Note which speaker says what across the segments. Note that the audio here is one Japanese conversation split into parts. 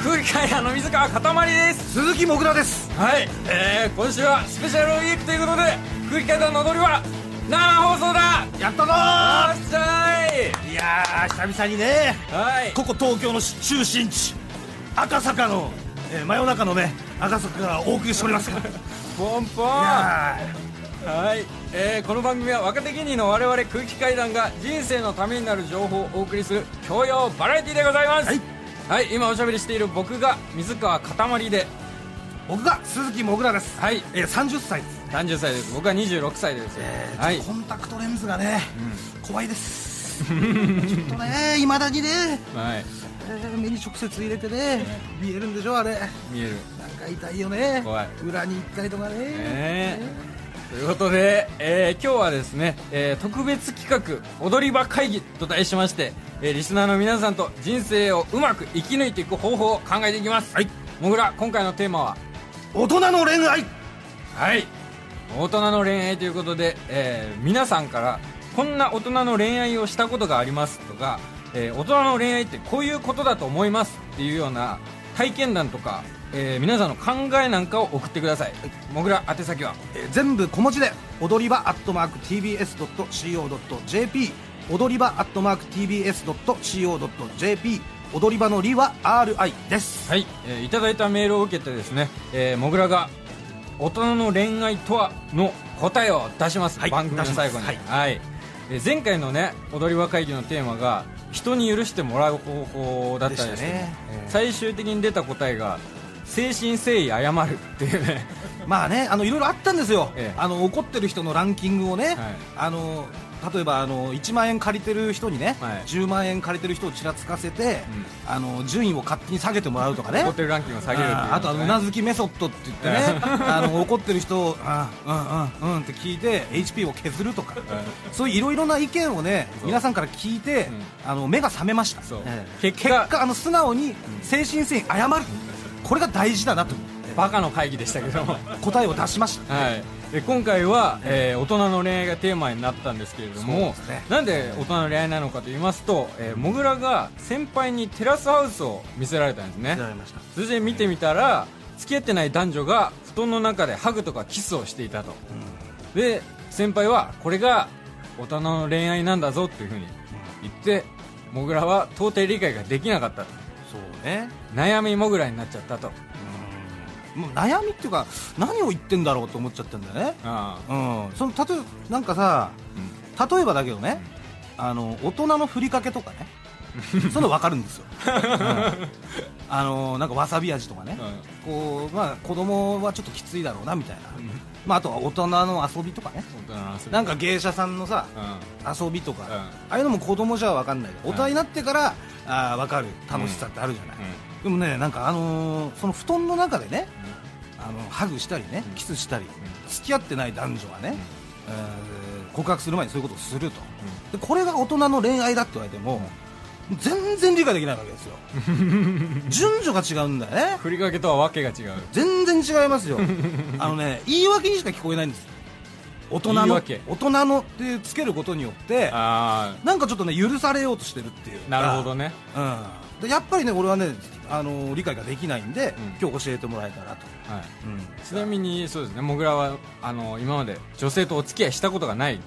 Speaker 1: 界派の水川かたまりです
Speaker 2: 鈴木もぐらです
Speaker 1: はい、えー、今週はスペシャルウィークということで空気階段の踊りは生放送だ
Speaker 2: やったぞ
Speaker 1: あ
Speaker 2: ー
Speaker 1: っしゃい
Speaker 2: いやー久々にね
Speaker 1: はい
Speaker 2: ここ東京の中心地赤坂の、えー真夜中のね赤坂からお送りしておりま すから
Speaker 1: ポンポン
Speaker 2: いや
Speaker 1: はい、えーこの番組は若手芸人の我々空気階段が人生のためになる情報をお送りする教養バラエティでございます
Speaker 2: はい、
Speaker 1: はい今おしゃべりしている僕が水川かたまりで
Speaker 2: ー僕が鈴木もぐらです
Speaker 1: はい
Speaker 2: えー30歳です、
Speaker 1: 30歳です僕は26歳です、
Speaker 2: えー
Speaker 1: はい
Speaker 2: コンタクトレンズがね、怖いです ちょっとねいまだにね、
Speaker 1: はい
Speaker 2: えー目に直接入れてね見えるんでしょあれ
Speaker 1: 見える
Speaker 2: なんか痛いよね
Speaker 1: 怖い
Speaker 2: 裏に行ったりとかね
Speaker 1: ねということで、えー今日はですね、えー特別企画踊り場会議と題しまして、えーリスナーの皆さんと人生をうまく生き抜いていく方法を考えていきます
Speaker 2: はい
Speaker 1: もぐら今回のテーマは
Speaker 2: 大人の恋愛
Speaker 1: はい大人の恋愛ということで、えー皆さんからこんな大人の恋愛をしたことがありますとか、えー大人の恋愛ってこういうことだと思いますっていうような体験談とか、えー皆さんの考えなんかを送ってくださいもぐら宛先は
Speaker 2: えー全部小文字で踊り場アットマーク TBS.CO.JP 踊り場アットマーク TBS.CO.JP 踊り場のりは RI です
Speaker 1: はい、えーいただいたメールを受けてですね、えー、もぐらが大人の恋愛とはの答えを出します、
Speaker 2: はい
Speaker 1: 番組の最後に、は
Speaker 2: 出
Speaker 1: い
Speaker 2: し
Speaker 1: えー前回のね踊り場会議のテーマが人に許してもらう方法だったんですけど、
Speaker 2: でしたねえー
Speaker 1: 最終的に出た答えが誠心誠意謝るっていうね
Speaker 2: まあねあのいろいろあったんですよ、
Speaker 1: ええ
Speaker 2: あの怒ってる人のランキングをね、
Speaker 1: い
Speaker 2: あの例えばあの1万円借りてる人にね、
Speaker 1: はい
Speaker 2: 10万円借りてる人をちらつかせて、あの順位を勝手に下げてもらうとかね
Speaker 1: ホテルランキングを下げるっていう、ね、
Speaker 2: あーあとはうなずきメソッドって言ってね あの怒ってる人をあーうんうんうんって聞いて HP を削るとかそういういろいろな意見をね
Speaker 1: そう
Speaker 2: 皆さんから聞いてあの目が覚めました
Speaker 1: そう
Speaker 2: ええ
Speaker 1: 結
Speaker 2: 結
Speaker 1: 果
Speaker 2: 果あの素直に誠心誠意謝るこれが大事だなと
Speaker 1: バカの会議でしたけども
Speaker 2: 答えを出しました
Speaker 1: はい、で今回は、えー大人の恋愛がテーマになったんですけれども、
Speaker 2: そうですね
Speaker 1: なんで大人の恋愛なのかと言いますと、えー、もぐらが先輩にテラスハウスを見せられたんですね
Speaker 2: やられました
Speaker 1: それで見てみたら付き合ってない男女が布団の中でハグとかキスをしていたと、で先輩はこれが大人の恋愛なんだぞっていうふうに言ってもぐらは到底理解ができなかったと
Speaker 2: そうね
Speaker 1: 悩みもぐらになっちゃったと
Speaker 2: うんもう悩みっていうか何を言ってんだろうと思っちゃったんだよね
Speaker 1: あ
Speaker 2: うんその例えなんかさ例えばだけどね、あの大人のふりかけとか ねそういうの分かるんですよ、うんあのなんかわさび味とかね、こうまあ、子供はちょっときついだろうなみたいな、まあ、あとは大人の遊びとかね
Speaker 1: うん、大人の遊び
Speaker 2: なんか芸者さんのさ、
Speaker 1: うん
Speaker 2: 遊びとか、
Speaker 1: ん
Speaker 2: ああいうのも子供じゃ分かんないけど
Speaker 1: うん
Speaker 2: 大人になってから、あー分かる楽しさってあるじゃない、でもねなんか、あのーその布団の中でね、あのハグしたりね、キスしたり、付き合ってない男女がね、えー告白する前にそういうことをすると、でこれが大人の恋愛だって言われても、全然理解できないわけで すよ順序が違うんだよね
Speaker 1: ふりかけとはわけが違う
Speaker 2: 全然違 いますよあのね言い訳にしか聞こえないんですよ大人
Speaker 1: 言い
Speaker 2: の
Speaker 1: 訳
Speaker 2: 大人のってつけることによって
Speaker 1: あ
Speaker 2: なんかちょっとね許されようとしてるっていう
Speaker 1: あ
Speaker 2: か
Speaker 1: なるほどね
Speaker 2: うん、でやっぱりね俺はね、あの理解ができないんで、
Speaker 1: うん
Speaker 2: 今日教えてもらえたらと、
Speaker 1: はい
Speaker 2: うん
Speaker 1: ちなみにそうですねもぐらはあの今まで女性とお付き合いしたことがない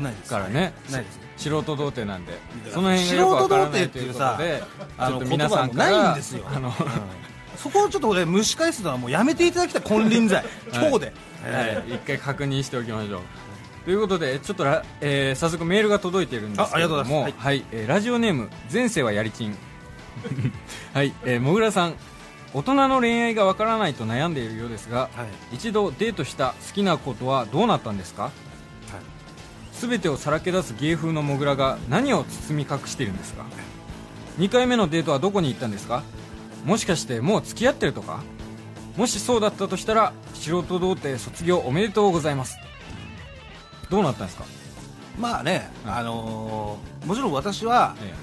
Speaker 2: ないです
Speaker 1: からね
Speaker 2: ないです
Speaker 1: し素人童貞なんで
Speaker 2: だから
Speaker 1: その辺がよくわからないということで
Speaker 2: 素人童貞っていうさ
Speaker 1: ち
Speaker 2: あ
Speaker 1: ょっ
Speaker 2: の
Speaker 1: と皆さんから
Speaker 2: 言葉もないんですよ
Speaker 1: あの、
Speaker 2: そこをちょっと俺蒸し返すのはもうやめていただきたい金輪際今日で、え
Speaker 1: はい、一回確認しておきましょうということでちょっとら、えー早速メールが届いてるんですけれど
Speaker 2: あありがとうご
Speaker 1: も
Speaker 2: ざいます
Speaker 1: はいえーラジオネーム前世はやりちん はい、えー、もぐらさん大人の恋愛がわからないと悩んでいるようですが、
Speaker 2: はい
Speaker 1: 一度デートした好きなことはどうなったんですか
Speaker 2: ーはい
Speaker 1: 全てをさらけ出す芸風のモグラが何を包み隠しているんですか2回目のデートはどこに行ったんですかもしかしてもう付き合ってるとかもしそうだったとしたら素人童貞卒業おめでとうございますどうなったんですか、
Speaker 2: まあね、
Speaker 1: うん
Speaker 2: あのーもちろん私は、
Speaker 1: え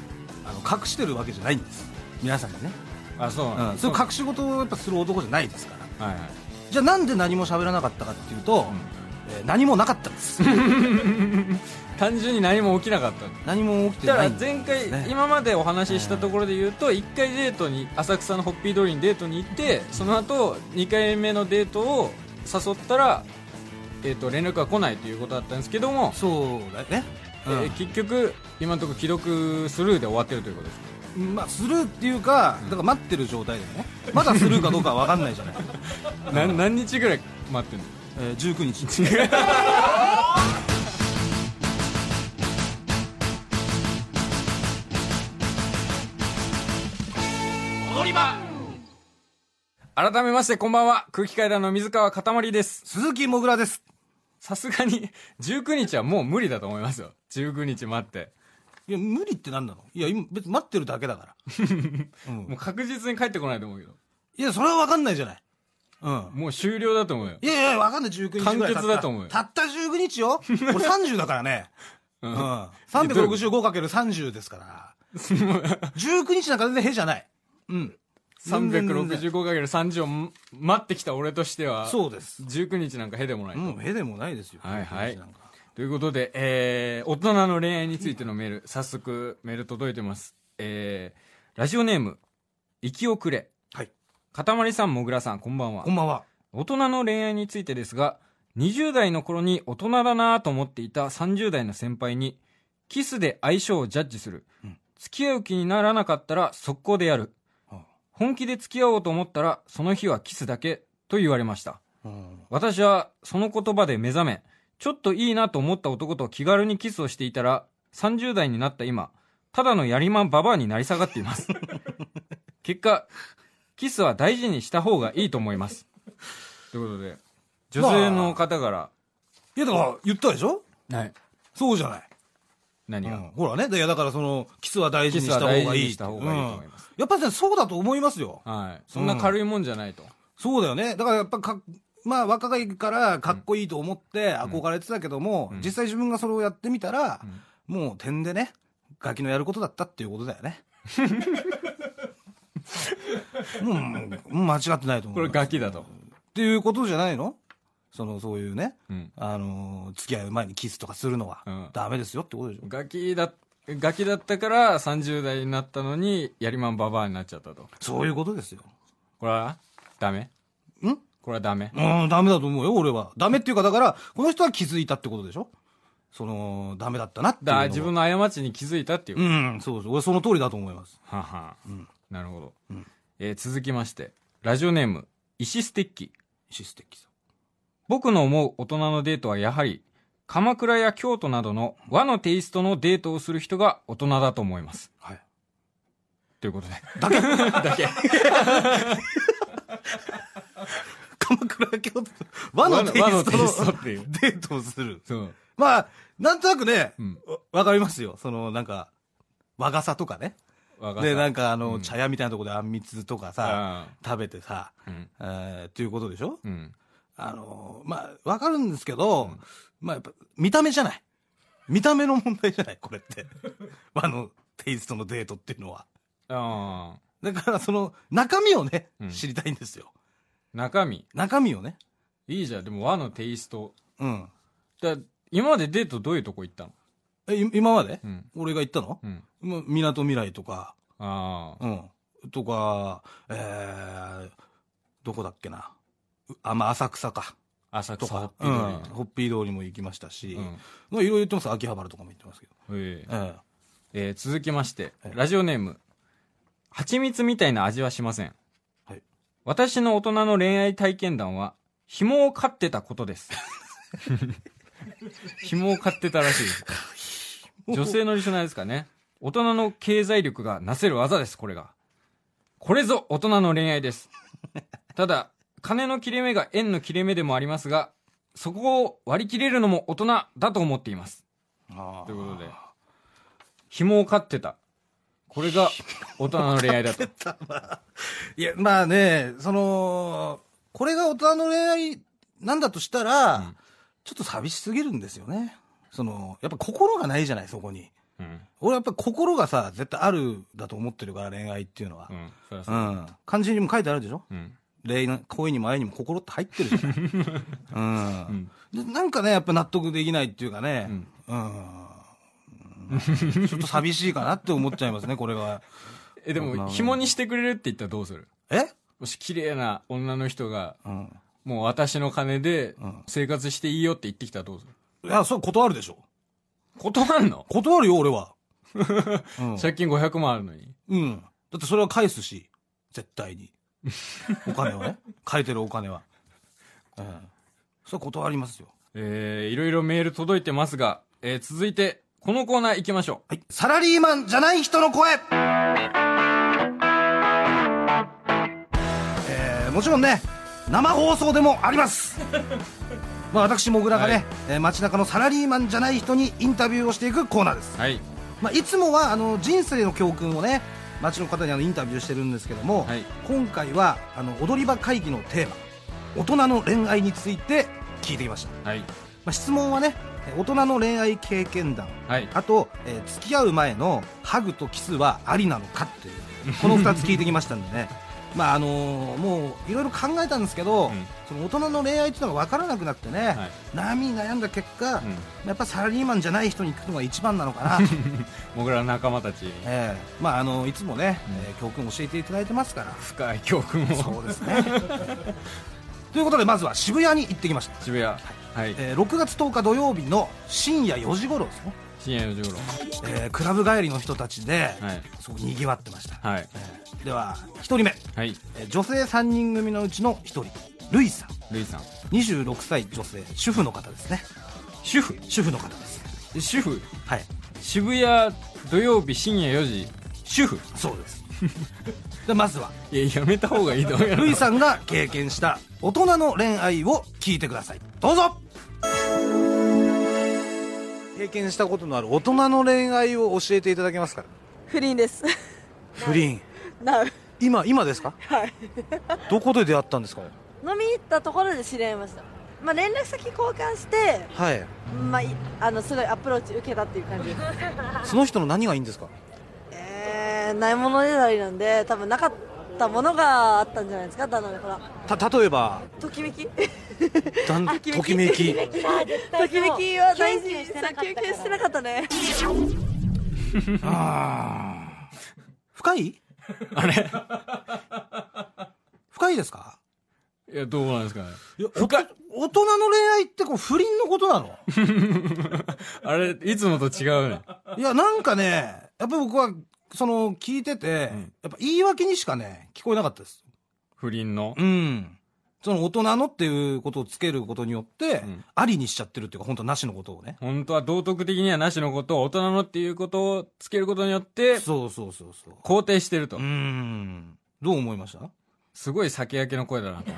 Speaker 2: あの隠してるわけじゃないんです皆さんにね、
Speaker 1: え、あそう
Speaker 2: う
Speaker 1: なん
Speaker 2: ん、それ
Speaker 1: か
Speaker 2: 隠し事をやっぱする男じゃないですから
Speaker 1: はいはい
Speaker 2: じゃあなんで何も喋らなかったかっていうと、えー何もなかったんです
Speaker 1: 単純に何も起きなかった
Speaker 2: 何も起きて
Speaker 1: だか
Speaker 2: な
Speaker 1: ら
Speaker 2: いん
Speaker 1: 前
Speaker 2: です
Speaker 1: 回、
Speaker 2: ね
Speaker 1: 今までお話ししたところで言うと1回デートに浅草のホッピー通りにデートに行ってその後2回目のデートを誘ったら、えー、と連絡が来ないということだったんですけども、
Speaker 2: そうだね、うん
Speaker 1: えー結局今のところ既読スルーで終わってるということです
Speaker 2: まあ、スルーっていうかだから待ってる状態だよねまだスルーかどうかは分かんないじゃない、
Speaker 1: な何日ぐらい待ってんの
Speaker 2: えー、19日
Speaker 1: 改めましてこんばんは空気階段の水川かたまりです
Speaker 2: 鈴木もぐらです
Speaker 1: さすがに19日はもう無理だと思いますよ19日待って
Speaker 2: いや無理って何なのいや今別に待ってるだけだからうん
Speaker 1: もう確実に帰ってこないと思うけど
Speaker 2: いやそれは分かんないじゃないうん
Speaker 1: もう終了だと思うよ
Speaker 2: いやいや分かんない19日ぐらい経った
Speaker 1: 完結だと思うよ
Speaker 2: たった19日よ俺30だか らねうん、365×30 ですから19日なんか全然へじゃないうん全然
Speaker 1: 365×30 をん待ってきた俺としては
Speaker 2: そうです
Speaker 1: 19日なんかへでもない、
Speaker 2: もうへでもないですよ
Speaker 1: はいはい
Speaker 2: 19日なんか
Speaker 1: ということで、えー、大人の恋愛についてのメール早速メール届いてますえー、ラジオネーム「生き遅れ」
Speaker 2: はい
Speaker 1: かたまりさんもぐらさんこんばんは
Speaker 2: こんばんは
Speaker 1: 大人の恋愛についてですが20代の頃に大人だなぁと思っていた30代の先輩にキスで相性をジャッジする、
Speaker 2: うん
Speaker 1: 付き合う気にならなかったら速攻でやる本気で付き合おうと思ったらその日はキスだけと言われました
Speaker 2: うん
Speaker 1: 私はその言葉で目覚めちょっといいなと思った男と気軽にキスをしていたら30代になった今ただのやりまんババアになり下がっています結果キスは大事にした方がいいと思いますということで女性の方から、
Speaker 2: いやだから言ったでしょ
Speaker 1: はい、
Speaker 2: そうじゃない
Speaker 1: 何が、
Speaker 2: うんほらねだいやだからそのキスは大事にした方がいい
Speaker 1: キ
Speaker 2: って
Speaker 1: スは大事にした方がいいと思います
Speaker 2: うんやっぱりねそうだと思いますよ
Speaker 1: はい、そんな軽いもんじゃないと、
Speaker 2: そうだよねだからやっぱかまあ若いからかっこいいと思って憧れてたけども、
Speaker 1: うん
Speaker 2: 実際自分がそれをやってみたら、もう点でねガキのやることだったっていうことだよ ねもうもう間違ってないと思う
Speaker 1: これガキだと、
Speaker 2: っていうことじゃないのそのそういうね、
Speaker 1: うん
Speaker 2: あのー付き合う前にキスとかするのは、
Speaker 1: うん
Speaker 2: ダメですよってことでしょ
Speaker 1: ガキだガキだったから30代になったのにやりまんババアになっちゃったと
Speaker 2: そういうことですよ
Speaker 1: これはダメ
Speaker 2: ん
Speaker 1: これはダメ
Speaker 2: うん、ダメだと思うよ、俺は。ダメっていうか、だから、この人は気づいたってことでしょその、ダメだったなっていう
Speaker 1: だか
Speaker 2: のは
Speaker 1: ら自分の過ちに気づいたっていうこと、
Speaker 2: うん、そうそう。俺その通りだと思います。
Speaker 1: はは、なるほど、
Speaker 2: うん
Speaker 1: えー続きましてラジオネーム石ステッキ
Speaker 2: システキさん。
Speaker 1: 僕の思う大人のデートはやはり鎌倉や京都などの和のテイストのデートをする人が大人だと思います
Speaker 2: はい。
Speaker 1: ということで
Speaker 2: だ け、
Speaker 1: だけ
Speaker 2: 鎌倉京都、和のテイスト
Speaker 1: 和のテイ
Speaker 2: の
Speaker 1: ストっていう
Speaker 2: デートをする。
Speaker 1: そう
Speaker 2: まあ、なんとなくね
Speaker 1: う、ん
Speaker 2: わ、わかりますよ。その、なんか、和傘とかね。
Speaker 1: わかった
Speaker 2: で、なんかあの、
Speaker 1: うん
Speaker 2: 茶屋みたいなところであんみつとかさ、
Speaker 1: あ
Speaker 2: 食べてさ、
Speaker 1: ーうん
Speaker 2: えー、っていうことでしょ
Speaker 1: うん
Speaker 2: あのーまあ、わかるんですけど、まあ、やっぱ、見た目じゃない。見た目の問題じゃない、これ って。あの、テイストのデートっていうのは。
Speaker 1: あ
Speaker 2: だから、その、中身をね
Speaker 1: うん、
Speaker 2: 知りたいんですよ。
Speaker 1: ー中身
Speaker 2: 中身をね。
Speaker 1: いいじゃんでも和のテイスト
Speaker 2: うん。
Speaker 1: だ今までデートどういうとこ行ったの
Speaker 2: え、い今まで、
Speaker 1: うん
Speaker 2: 俺が行ったの
Speaker 1: うん
Speaker 2: まみなとみらいとか、
Speaker 1: ああ
Speaker 2: うん。とか、えー、どこだっけな。うあ、まあ、浅草か。
Speaker 1: 浅
Speaker 2: と
Speaker 1: 草
Speaker 2: か、
Speaker 1: ホッピー
Speaker 2: うんホッピー通りも行きましたし、
Speaker 1: うん
Speaker 2: まあ、いろいろ言ってます。秋葉原とかも行ってますけど。
Speaker 1: 通りええ
Speaker 2: え
Speaker 1: えー続きまして
Speaker 2: はい
Speaker 1: ラジオネーム「蜂蜜みたいな味はしません」
Speaker 2: はい
Speaker 1: 私の大人の恋愛体験談は紐を飼ってたことです 紐を飼ってたらしいです
Speaker 2: え
Speaker 1: 女性のリスナーですかね大人の経済力がなせる技ですこれがこれぞ大人の恋愛ですただ金の切れ目が縁の切れ目でもありますがそこを割り切れるのも大人だと思っています
Speaker 2: あー
Speaker 1: ということで紐を飼ってたこれが大人の恋愛 だと
Speaker 2: いや、まあね、その、これが大人の恋愛なんだとしたら、
Speaker 1: うん
Speaker 2: ちょっと寂しすぎるんですよね。その、やっぱ心がないじゃない、そこに。
Speaker 1: うん
Speaker 2: 俺やっぱ心がさ、絶対あるだと思ってるから、恋愛っていうのは
Speaker 1: う。んそりゃ
Speaker 2: う。
Speaker 1: そうん
Speaker 2: 漢字にも書いてあるでしょ
Speaker 1: うん
Speaker 2: 恋愛、恋にも愛にも心って入ってるじゃない。
Speaker 1: う
Speaker 2: うん
Speaker 1: ん
Speaker 2: でなんかね、やっぱ納得できないっていうかね、
Speaker 1: うん
Speaker 2: うんがちょっと寂しいかなって思っちゃいますねこれが
Speaker 1: え、でも、紐にしてくれるって言ったらどうする
Speaker 2: え、
Speaker 1: もし綺麗な女の人が、
Speaker 2: うん、
Speaker 1: もう私の金で
Speaker 2: うん
Speaker 1: 生活していいよって言ってきたらどうする
Speaker 2: いやそれ断るでしょ
Speaker 1: 断んの
Speaker 2: 断るよ俺は、うん
Speaker 1: 借金500万あるのに。
Speaker 2: うん。だってそれは返すし、絶対に。お金はね。 借りてるお金は。うん。それ断りますよ。
Speaker 1: えー、いろいろメール届いてますが、えー、続いて、このコーナー行きましょ
Speaker 2: はい。サラリーマンじゃない人の声えー、もちろんね、生放送でもあります。 まあ私、もぐらがね、
Speaker 1: はい
Speaker 2: えー街中のサラリーマンじゃない人にインタビューをしていくコーナーです
Speaker 1: う。。はい。
Speaker 2: まあ、いつもはあの人生の教訓をね街の方にあのインタビューしてるんですけども、
Speaker 1: はい
Speaker 2: 今回はあの踊り場会議のテーマ大人の恋愛について聞いてきました、ま
Speaker 1: はい。
Speaker 2: あ、質問はねえ大人の恋愛経験談
Speaker 1: はい。
Speaker 2: あと、えー付き合う前のハグとキスはありなのかっていうこの2つ聞いてきましたん でねまああのーもういろいろ考えたんですけど、
Speaker 1: うん
Speaker 2: その大人の恋愛っていうのが分からなくなってね、
Speaker 1: はい
Speaker 2: 悩みに悩んだ結果、
Speaker 1: うん
Speaker 2: やっぱサラリーマンじゃない人に聞くのが一番なのかな
Speaker 1: もぐらの仲間たちに
Speaker 2: ええまああのいつもね、
Speaker 1: うん
Speaker 2: えー教訓教えていただいてます から
Speaker 1: 深い教訓を。
Speaker 2: そうですねということでまずは渋谷に行ってきました、
Speaker 1: 渋谷。はい。
Speaker 2: えー6月10日土曜日の深夜4時頃ですね、
Speaker 1: 深夜4時頃。
Speaker 2: えークラブ帰りの人たちで、
Speaker 1: はい。
Speaker 2: すごくにぎわってました、
Speaker 1: はい。
Speaker 2: えーでは1人目、
Speaker 1: はい。
Speaker 2: えー女性3人組のうちの1人ルイさん
Speaker 1: ルイさん。
Speaker 2: 26歳女性主婦の方ですね
Speaker 1: 主婦
Speaker 2: 主婦の方です
Speaker 1: 主婦
Speaker 2: はい
Speaker 1: 渋谷土曜日深夜4時、主婦
Speaker 2: そうですでまずはい
Speaker 1: や、やめた方がいいと思うよ。
Speaker 2: ルイさんが経験した大人の恋愛を聞いてくださいどうぞ経験したことのある大人の恋愛を教えていただけますか
Speaker 3: 不倫 です。
Speaker 2: 不倫
Speaker 3: なう。
Speaker 2: 今今ですか
Speaker 3: はい。
Speaker 2: どこで出会ったんですか
Speaker 3: 飲みに行ったところで知り合いました。まあ、連絡先交換して、
Speaker 2: はい
Speaker 3: まあい、あの、すごいアプローチ受けたってい う感じ。
Speaker 2: その人の何がいいんですか
Speaker 3: えー、ないものねだりなんで、多分なかったものがあったんじゃないですか、旦那のほら。
Speaker 2: た例えば
Speaker 3: ときめき
Speaker 2: だん
Speaker 3: あ
Speaker 2: ときめき
Speaker 3: ときめきは大事
Speaker 4: キュンキュンしてなかったから
Speaker 3: キュンキュンしてなかった ね。
Speaker 2: あー深い
Speaker 1: あれ
Speaker 2: 深いですか
Speaker 1: いや、どうなんですかね。
Speaker 2: いやお
Speaker 1: 深い
Speaker 2: 大人の恋愛ってこう不倫のことなの
Speaker 1: あれ、いつもと違うね。
Speaker 2: いや、なんかね、やっぱ僕は、その、聞いてて、
Speaker 1: うん
Speaker 2: やっぱ言い訳にしかね、聞こえなかったです。
Speaker 1: 不倫の。
Speaker 2: うん。その、大人のっていうことをつけることによって、
Speaker 1: ん
Speaker 2: ありにしちゃってるっていうか、本当はなしのことをね。
Speaker 1: 本当は道徳的にはなしのことを大人のっていうことをつけることによって
Speaker 2: そうそうそうそう。
Speaker 1: 肯定してると
Speaker 2: うー。ん。どう思いました
Speaker 1: すごい酒焼けの声だなと。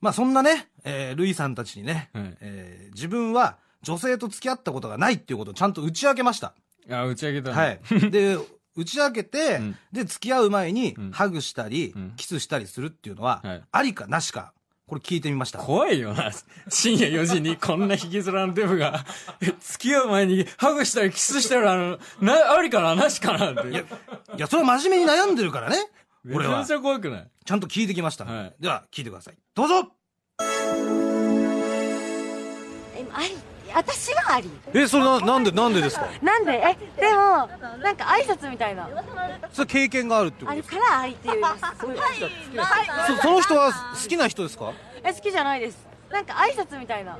Speaker 2: まあ、そんなね、えー、ルイさんたちにね、
Speaker 1: はい
Speaker 2: えー自分は女性と付き合ったことがないっていうことをちゃんと打ち明けました。
Speaker 1: あ、打ち上げたね
Speaker 2: は い。。で、打ち明けて、
Speaker 1: うん
Speaker 2: で、付き合う前に
Speaker 1: うん、
Speaker 2: ハグしたり、
Speaker 1: うん
Speaker 2: キスしたりするっていうのは、
Speaker 1: はい
Speaker 2: ありかなしか、これ聞いてみました。
Speaker 1: 怖いよな。深夜4時にこんな引きずらのデブが、え付き合う前にハグしたりキスしたら、あの、な、ありかな、なしかなって。
Speaker 2: いや、それは真面目に悩んで るからね。
Speaker 1: め
Speaker 2: 俺
Speaker 1: ちゃ
Speaker 2: は
Speaker 1: めち。ゃ怖くない
Speaker 2: ちゃんと聞いてきました。
Speaker 1: はい
Speaker 2: では、聞いてください。どうぞ
Speaker 4: えあり私はあり
Speaker 2: え、それな、なんで、なんでですか
Speaker 4: なんでえでもなんか挨拶みたいな
Speaker 2: それ経験があるって
Speaker 4: あれからありって言い ますすごい
Speaker 2: そその人は好きな人ですか
Speaker 4: え好きじゃないですなんか挨拶みたいな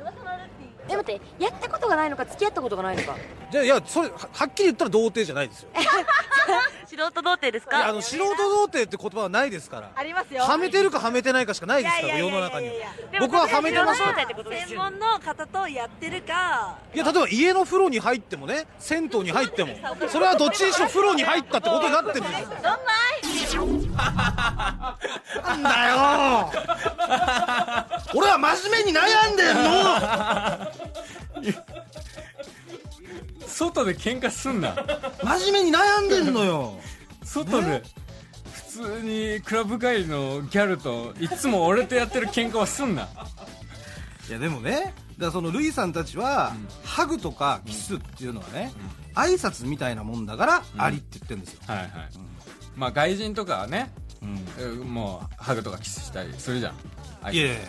Speaker 4: え待ってやったことがないのか付き合ったことがないのか
Speaker 2: じゃあ、いや、それ、ははっきり言ったら童貞じゃないですよ。い
Speaker 4: 素人童貞です
Speaker 2: や、あの、素人童貞って言葉はないですから。
Speaker 4: ありますよ
Speaker 2: はめてるかはめてないかしかないですから、世の中には。僕ははめてません。
Speaker 4: ってことです
Speaker 3: 専
Speaker 4: よ
Speaker 3: 門の方とやってるか、
Speaker 2: いや、例えば家の風呂に入ってもね、銭湯に入っても、それはどっちにしろ風呂に入ったってことになってるんですよ。なんだよ俺は真面目に悩んでんの
Speaker 1: 外で喧嘩すんな。
Speaker 2: 真面目に悩んでんのよ
Speaker 1: 外で、普通にクラブ帰りのギャルと、いつも俺とやってる喧嘩はすんな。
Speaker 2: いやでもね、だからそのルイさんたちは、ハグとかキスっていうのはね、挨拶みたいなもんだから、ありって言ってるんですよ。
Speaker 1: はいはい。まあ外人とかはね、
Speaker 2: うん
Speaker 1: えもうハグとかキスしたりするじゃん。あ
Speaker 2: いやいやいや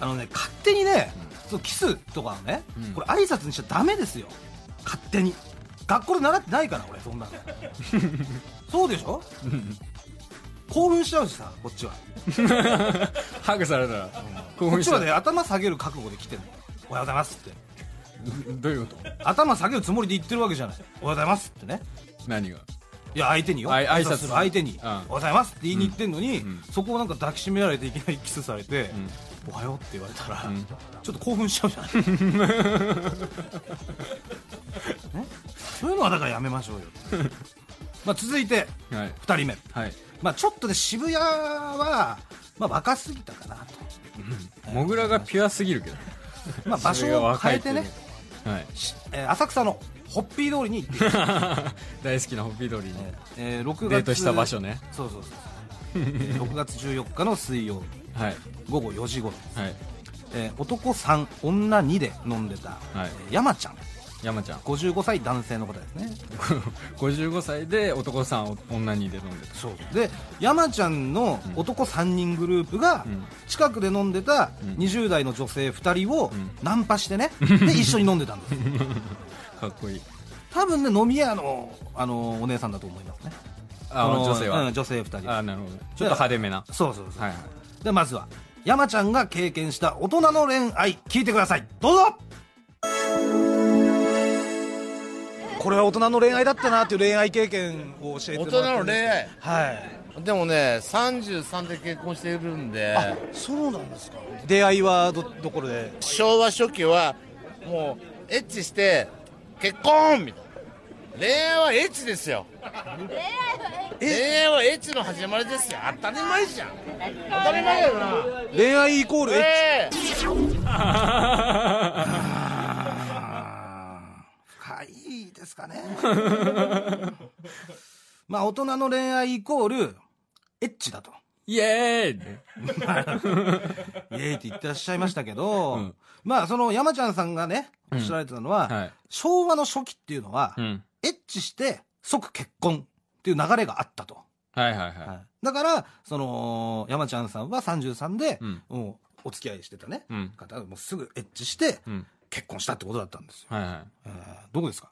Speaker 2: あのね、勝手にね、そうキスとかはね、
Speaker 1: うん
Speaker 2: これ挨拶にしちゃダメですよ。勝手に学校で習ってないから俺 そんなのそうでしょ興奮しちゃうしさこっちは
Speaker 1: ハグされたら興
Speaker 2: こっ
Speaker 1: 奮
Speaker 2: ち
Speaker 1: し
Speaker 2: は
Speaker 1: た
Speaker 2: ね頭下げる覚悟で来てんのおはようございますって
Speaker 1: どういうこと
Speaker 2: 頭下げるつもりで言ってるわけじゃないおはようございますってね
Speaker 1: 何が
Speaker 2: いや相手によ
Speaker 1: あい挨拶
Speaker 2: する相手
Speaker 1: う
Speaker 2: に、
Speaker 1: ん
Speaker 2: おはようございますって言いに行ってんのに、
Speaker 1: ん
Speaker 2: そこをなんか抱きしめられていきなりキスされて、おはようって言われたら、ちょっと興奮しちゃうじゃ ない、ね、そういうのはだからやめましょうよまあ続いて
Speaker 1: はい
Speaker 2: 2人目、
Speaker 1: はい
Speaker 2: まあ、ちょっとね渋谷は、まあ、若すぎたかな
Speaker 1: モグラがピュアすぎるけど
Speaker 2: と、まあ、場所を変えてね
Speaker 1: はい
Speaker 2: しえー浅草のホッピー通りに行って
Speaker 1: 大好きなホッピードリーに
Speaker 2: えー6月
Speaker 1: デートした場所ね
Speaker 2: そうそうそうそう、えー6月14日の水曜日
Speaker 1: はい
Speaker 2: 午後4時頃、
Speaker 1: はい
Speaker 2: えー男3女2で飲んでた、
Speaker 1: はい
Speaker 2: えー山ちゃん
Speaker 1: 山ちゃん
Speaker 2: 55歳男性の方ですね
Speaker 1: 55歳で男さん女にで飲んでた
Speaker 2: そうで山ちゃんの男3人グループが
Speaker 1: うん
Speaker 2: 近くで飲んでた
Speaker 1: ん
Speaker 2: 20代の女性2人を
Speaker 1: ん
Speaker 2: ナンパして ね、で一緒に飲んでたんですよ
Speaker 1: かっこいい
Speaker 2: 多分ね飲み屋の、あのお姉さんだと思いますね
Speaker 1: あ
Speaker 2: この
Speaker 1: 女性は、
Speaker 2: うん女性2人
Speaker 1: あなるほどちょっと派手めな
Speaker 2: そうそうそう、
Speaker 1: はいはい
Speaker 2: でまずは山ちゃんが経験した大人の恋愛聞いてくださいどうぞこれは大人の恋愛だったなっていう恋愛経験を教えてもらってもいいですかはい
Speaker 5: でもね、33で結婚しているんで、
Speaker 2: そうなんですか出会いはどどころで
Speaker 5: 昭和初期は、もう、エッチして、結婚みたいな。恋愛はエッチですよ。恋愛はエッチの始まりですよ。当たり前じゃん。当たり前だよな。
Speaker 2: 恋愛イコールエッチ
Speaker 5: ええ
Speaker 2: 深いですかね まあ大人の恋愛イコールエッチだと
Speaker 1: イエーイって
Speaker 2: イエーイって言ってらっしゃいましたけど、
Speaker 1: うん
Speaker 2: まあその山ちゃんさんがねおっしゃられてたのは、
Speaker 1: はい
Speaker 2: 昭和の初期っていうのは、
Speaker 1: うん
Speaker 2: エッチして即結婚っていう流れがあったと、
Speaker 1: はいはいはい、
Speaker 2: だからその山ちゃんさんは33で、
Speaker 1: うん
Speaker 2: もうお付き合いしてたね、
Speaker 1: うん
Speaker 2: 方がもうすぐエッチして
Speaker 1: うん
Speaker 2: 結婚したってことだったんですよ、
Speaker 1: はいはい
Speaker 2: えーどこですか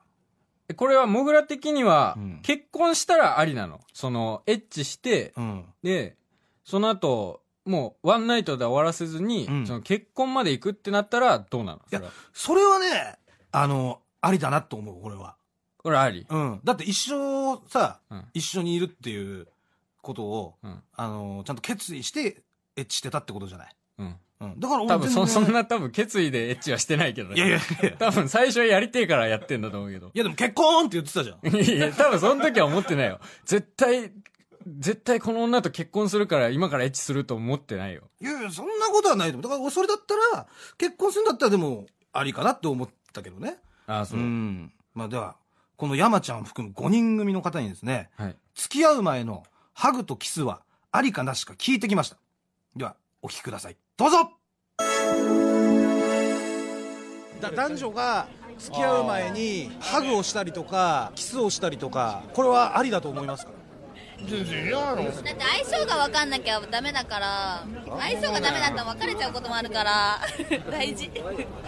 Speaker 1: えこれはモグラ的には、
Speaker 2: うん
Speaker 1: 結婚したらありなのそのエッチして、
Speaker 2: うん
Speaker 1: でその後もうワンナイトで終わらせずに、
Speaker 2: うん
Speaker 1: その結婚まで行くってなったらどうなのそれは
Speaker 2: それはねあのありだなと思う俺は、
Speaker 1: これあり
Speaker 2: うん、だって一生さ、
Speaker 1: うん
Speaker 2: 一緒にいるっていうことを、
Speaker 1: うん
Speaker 2: あのちゃんと決意してエッチしてたってことじゃない、
Speaker 1: うん
Speaker 2: うん、だから俺
Speaker 1: 多分そ
Speaker 2: 全
Speaker 1: そ
Speaker 2: 然
Speaker 1: んな多分決意でエッチはしてないけどね
Speaker 2: いやいやいやい
Speaker 1: 多分最初はやりてえからやってんだと思うけど
Speaker 2: やでも結婚って言ってたじゃん
Speaker 1: いやいや、多分その時は思ってないよ。絶対、絶対この女と結婚するから今からエッチすると思ってないよ。
Speaker 2: いやいや、そんなことはないと思う。だから、それだったら、結婚するんだったらでも、ありかなって思ったけどね。
Speaker 1: ああ、そう。
Speaker 2: ん。まあ、では、この山ちゃんを含む5人組の方にですね、
Speaker 1: はい。
Speaker 2: 付き合う前のハグとキスは、ありかなしか聞いてきました。では、お聞きください。どうぞ
Speaker 6: だ男女が付き合う前にハグをしたりとかキスをしたりとかこれはありだと思いますか
Speaker 5: 全然嫌なの。
Speaker 7: だって相性が分かんなきゃダメだから相性がダメだったら別れちゃうこともあるから 大事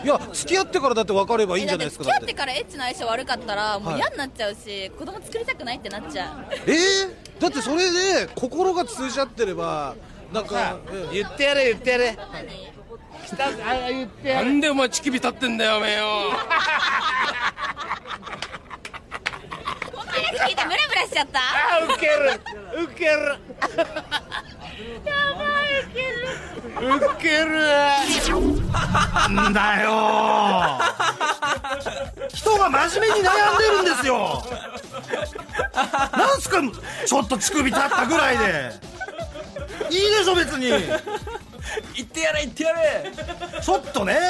Speaker 6: いや付き合ってからだって別れればいいんじゃないですか
Speaker 7: だって
Speaker 6: だっ
Speaker 7: 付き合
Speaker 6: て
Speaker 7: ってからエッチの相性悪かったらも
Speaker 6: は
Speaker 7: う
Speaker 6: い
Speaker 7: 嫌になっちゃうし、子供作りたくないってなっちゃう
Speaker 6: えー、だってそれで心が通じ合ってればなんか
Speaker 5: さあ
Speaker 6: えー
Speaker 5: 言ってやれ、言ってやれ。来たあ言ってやれ。なんでお前乳首立ってんだよ、おめえよ。
Speaker 7: この話聞いてムラムラしちゃった
Speaker 5: あ、ウケる。ウケる。やばい、ウケる。ウケる。
Speaker 2: んだよー人が真面目に悩んでるんですよなんすかちょっと乳首立ったぐらいでいいでしょ別に
Speaker 1: 行ってやれ行ってやれ
Speaker 2: ちょっとね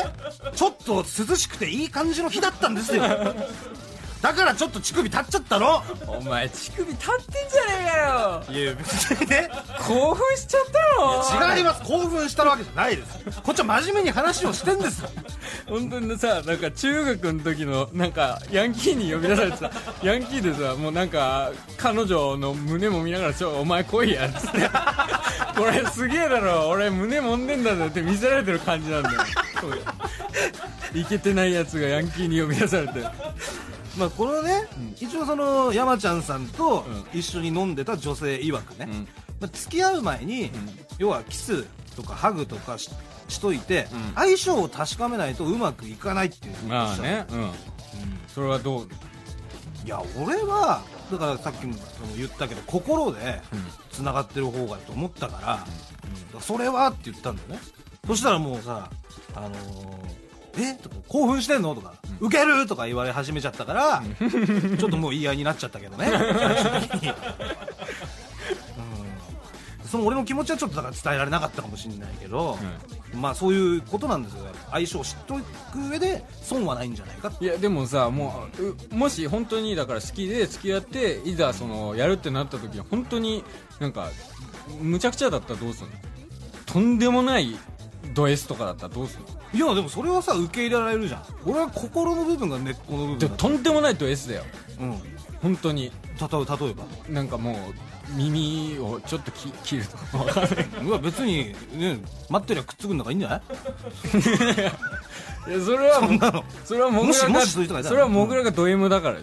Speaker 2: ちょっと涼しくていい感じの日だったんですよだからちょっと乳首立っちゃったの
Speaker 1: お前、乳首立ってんじゃねえかよ
Speaker 2: いや別にね
Speaker 1: 興奮しちゃったろ
Speaker 2: 違います興奮したわけじゃないですこっちは真面目に話をしてんですよ
Speaker 1: 本当にさ、なんか中学の時の、なんか、ヤンキーに呼び出されてさ、ヤンキーでさ、もうなんか、彼女の胸も見ながら、ちょ、お前来いや、つって。これすげえだろ、俺胸もんでんだぞって見せられてる感じなんだよ。いけてないやつがヤンキーに呼び出されて。
Speaker 2: まあ、このね、一応その山ちゃんさんと一緒に飲んでた女性曰くね、
Speaker 1: うん
Speaker 2: まあ、付き合う前に、要はキスとかハグとかししといて、相性を確かめないとうまくいかないっていうこと
Speaker 1: ま
Speaker 2: で
Speaker 1: あ
Speaker 2: した
Speaker 1: ねうんそれはどう
Speaker 2: いや俺はだからさっきも言ったけど心でつながってる方がと思ったから、うんそれはって言ったんだよねそしたらもうさ「あのーえとか興奮してんの?」とか「ウケる?」とか言われ始めちゃったから、ちょっともう言い合いになっちゃったけどね最終的にうんその俺の気持ちはちょっとだから伝えられなかったかもしれないけど、まあそういうことなんですよ相性を知っておく上で損はないんじゃないかって
Speaker 1: いやでもさもううもし本当にだから好きで付き合っていざそのやるってなった時に本当になんかむちゃくちゃだったらどうするのとんでもないド S とかだったらどうするの
Speaker 2: いやでもそれはさ受け入れられるじゃん俺は心の部分が根っこの部分
Speaker 1: で
Speaker 2: だ
Speaker 1: とんでもないド S だよ
Speaker 2: うん例
Speaker 1: 本当に
Speaker 2: え例えば
Speaker 1: なんかもう耳をちょっとき切るとかわかんない
Speaker 2: いや別にね待ってりゃくっつくんだからいいんじゃない
Speaker 1: いやそれは
Speaker 2: そんなの
Speaker 1: それはモグ
Speaker 2: もし
Speaker 1: ラ
Speaker 2: も
Speaker 1: が
Speaker 2: しそういう人がいたら
Speaker 1: それはモグラがド M だから、
Speaker 2: 違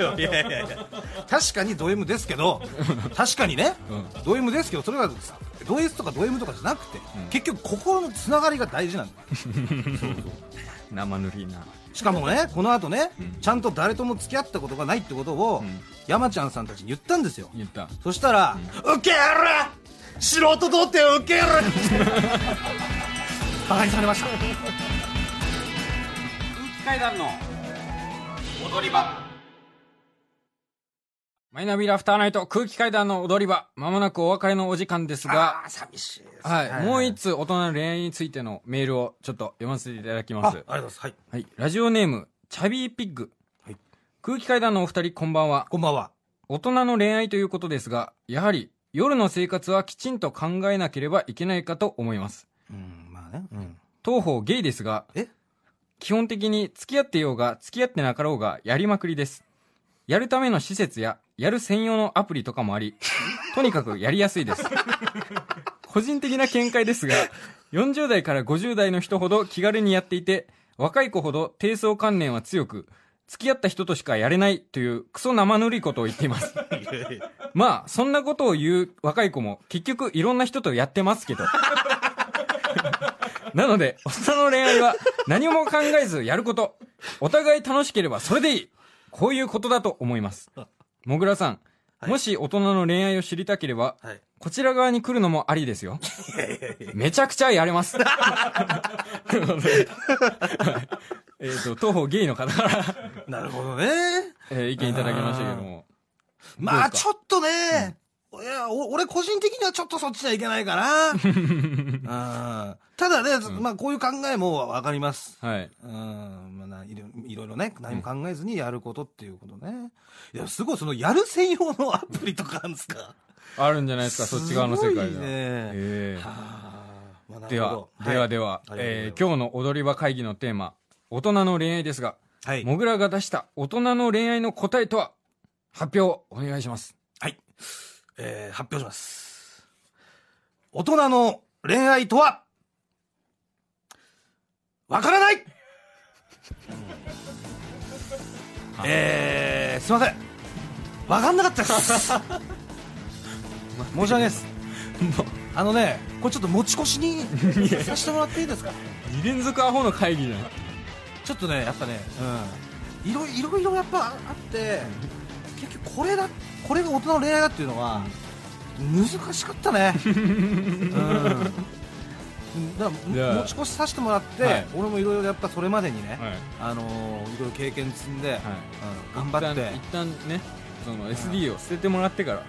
Speaker 2: うよいやいやいや確かにド M ですけど確かにね、
Speaker 1: う
Speaker 2: ド M ですけどそれがド S とかド M とかじゃなくて、結局心のつながりが大事なんだよ
Speaker 1: 生塗りな
Speaker 2: しかもねこの後ね、ちゃんと誰とも付き合ったことがないってことを、山ちゃんさんたちに言ったんですよ
Speaker 1: 言った
Speaker 2: そしたら「ウケる素人童貞ウケる!」バカにされました
Speaker 1: マイナビラフターナイト空気階段の踊り場まもなくお別れのお時間ですが
Speaker 2: 寂しいです
Speaker 1: はい、
Speaker 2: はい
Speaker 1: もう一つ大人の恋愛についてのメールをちょっと読ませていただき
Speaker 2: ああ
Speaker 1: ま
Speaker 2: りが
Speaker 1: す
Speaker 2: とうございますはい
Speaker 1: はいラジオネームチャビーピッグ、
Speaker 2: はい
Speaker 1: 空気階段のお二人こんばんは
Speaker 2: こんばんは
Speaker 1: 大人の恋愛ということですがやはり夜の生活はきちんと考えなければいけないかと思います
Speaker 2: うんまあねうん
Speaker 1: 当方ゲイですが
Speaker 2: え
Speaker 1: 基本的に付き合ってようが付き合ってなかろうがやりまくりですやるための施設ややる専用のアプリとかもありとにかくやりやすいです個人的な見解ですが40代から50代の人ほど気軽にやっていて若い子ほど低層観念は強く付き合った人としかやれないというクソ生ぬるいことを言っていますまあそんなことを言う若い子も結局いろんな人とやってますけど なので、おっさんの恋愛は何も考えずやること。お互い楽しければそれでいい。こういうことだと思います。もぐらさん、もし大人の恋愛を知りたければ、
Speaker 2: はい
Speaker 1: こちら側に来るのもありですよ。めちゃくちゃやれます。 ということではいえっ、と、当方ゲイの方から、
Speaker 2: なるほどね
Speaker 1: えー意見いただきましたけども。
Speaker 2: ま
Speaker 1: どう
Speaker 2: あ
Speaker 1: です
Speaker 2: ちょっとね、いやお俺個人的にはちょっとそっちじゃいけないか なうんただね、まあこういう考えもわかります
Speaker 1: はい。
Speaker 2: うんまあ、ないろいろいろね、何も考えずにやることっていうことね。いや、すごい、その、やる専用のアプリとかあるんですか
Speaker 1: あるんじゃないですか、そっち側の世界が。
Speaker 2: すごいね
Speaker 1: えー
Speaker 2: はあまあな
Speaker 1: で
Speaker 2: るほ
Speaker 1: は
Speaker 2: ど、
Speaker 1: ではでは、
Speaker 2: ありがとうございます
Speaker 1: えー今日の踊り場会議のテーマ、大人の恋愛ですが、
Speaker 2: はい。
Speaker 1: もぐらが出した大人の恋愛の答えとは発表をお願いします。
Speaker 2: はい。えー発表します。大人の恋愛とは、わからない、えー、すいません。わかんなかっ たです。申し訳ないです。あのね、これちょっと持ち越しにさせてもらっていいですか
Speaker 1: 2連続アホの会議じゃない
Speaker 2: ちょっとね、やっぱね、うん、いろいろいろやっぱあって、結局これだ、これが大人の恋愛だっていうのは、難しかったね。うん。だから
Speaker 1: じゃあ
Speaker 2: 持ち越しさせてもらって、
Speaker 1: はい
Speaker 2: 俺もいろいろやっぱそれまでにね、
Speaker 1: はい
Speaker 2: あのーいろいろ経験積んで、うん頑張って
Speaker 1: 一、旦一旦ね、その SD を捨ててもらってから、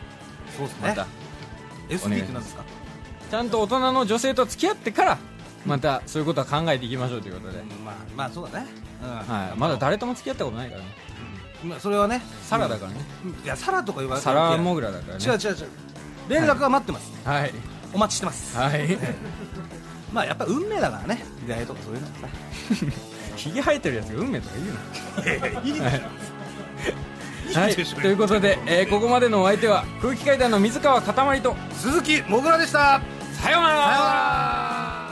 Speaker 2: そうです
Speaker 1: ま
Speaker 2: ね
Speaker 1: た、。お願い
Speaker 2: SD って何ですか
Speaker 1: ちゃんと大人の女性と付き合ってから、またそういうことは考えていきましょうということで。
Speaker 2: まあ、まあそうだね。うん。
Speaker 1: はい。まだ誰とも付き合ったことないからね。
Speaker 2: まあそれはね、
Speaker 1: サラだからね。
Speaker 2: いや、サラとか言われ
Speaker 1: サラモグラだからね。
Speaker 2: 違う違う違う。連絡は待ってます。
Speaker 1: はい。
Speaker 2: お待ちしてます。
Speaker 1: はい。
Speaker 2: まあやっぱ運命だからね出会いとかそういうのはさ
Speaker 1: ひげ生えてるやつが運命とか言うな。
Speaker 2: いい
Speaker 1: はい、ということで、えーここまでのお相手は空気階段の水川かたまりと
Speaker 2: 鈴木もぐらでした
Speaker 1: さようなら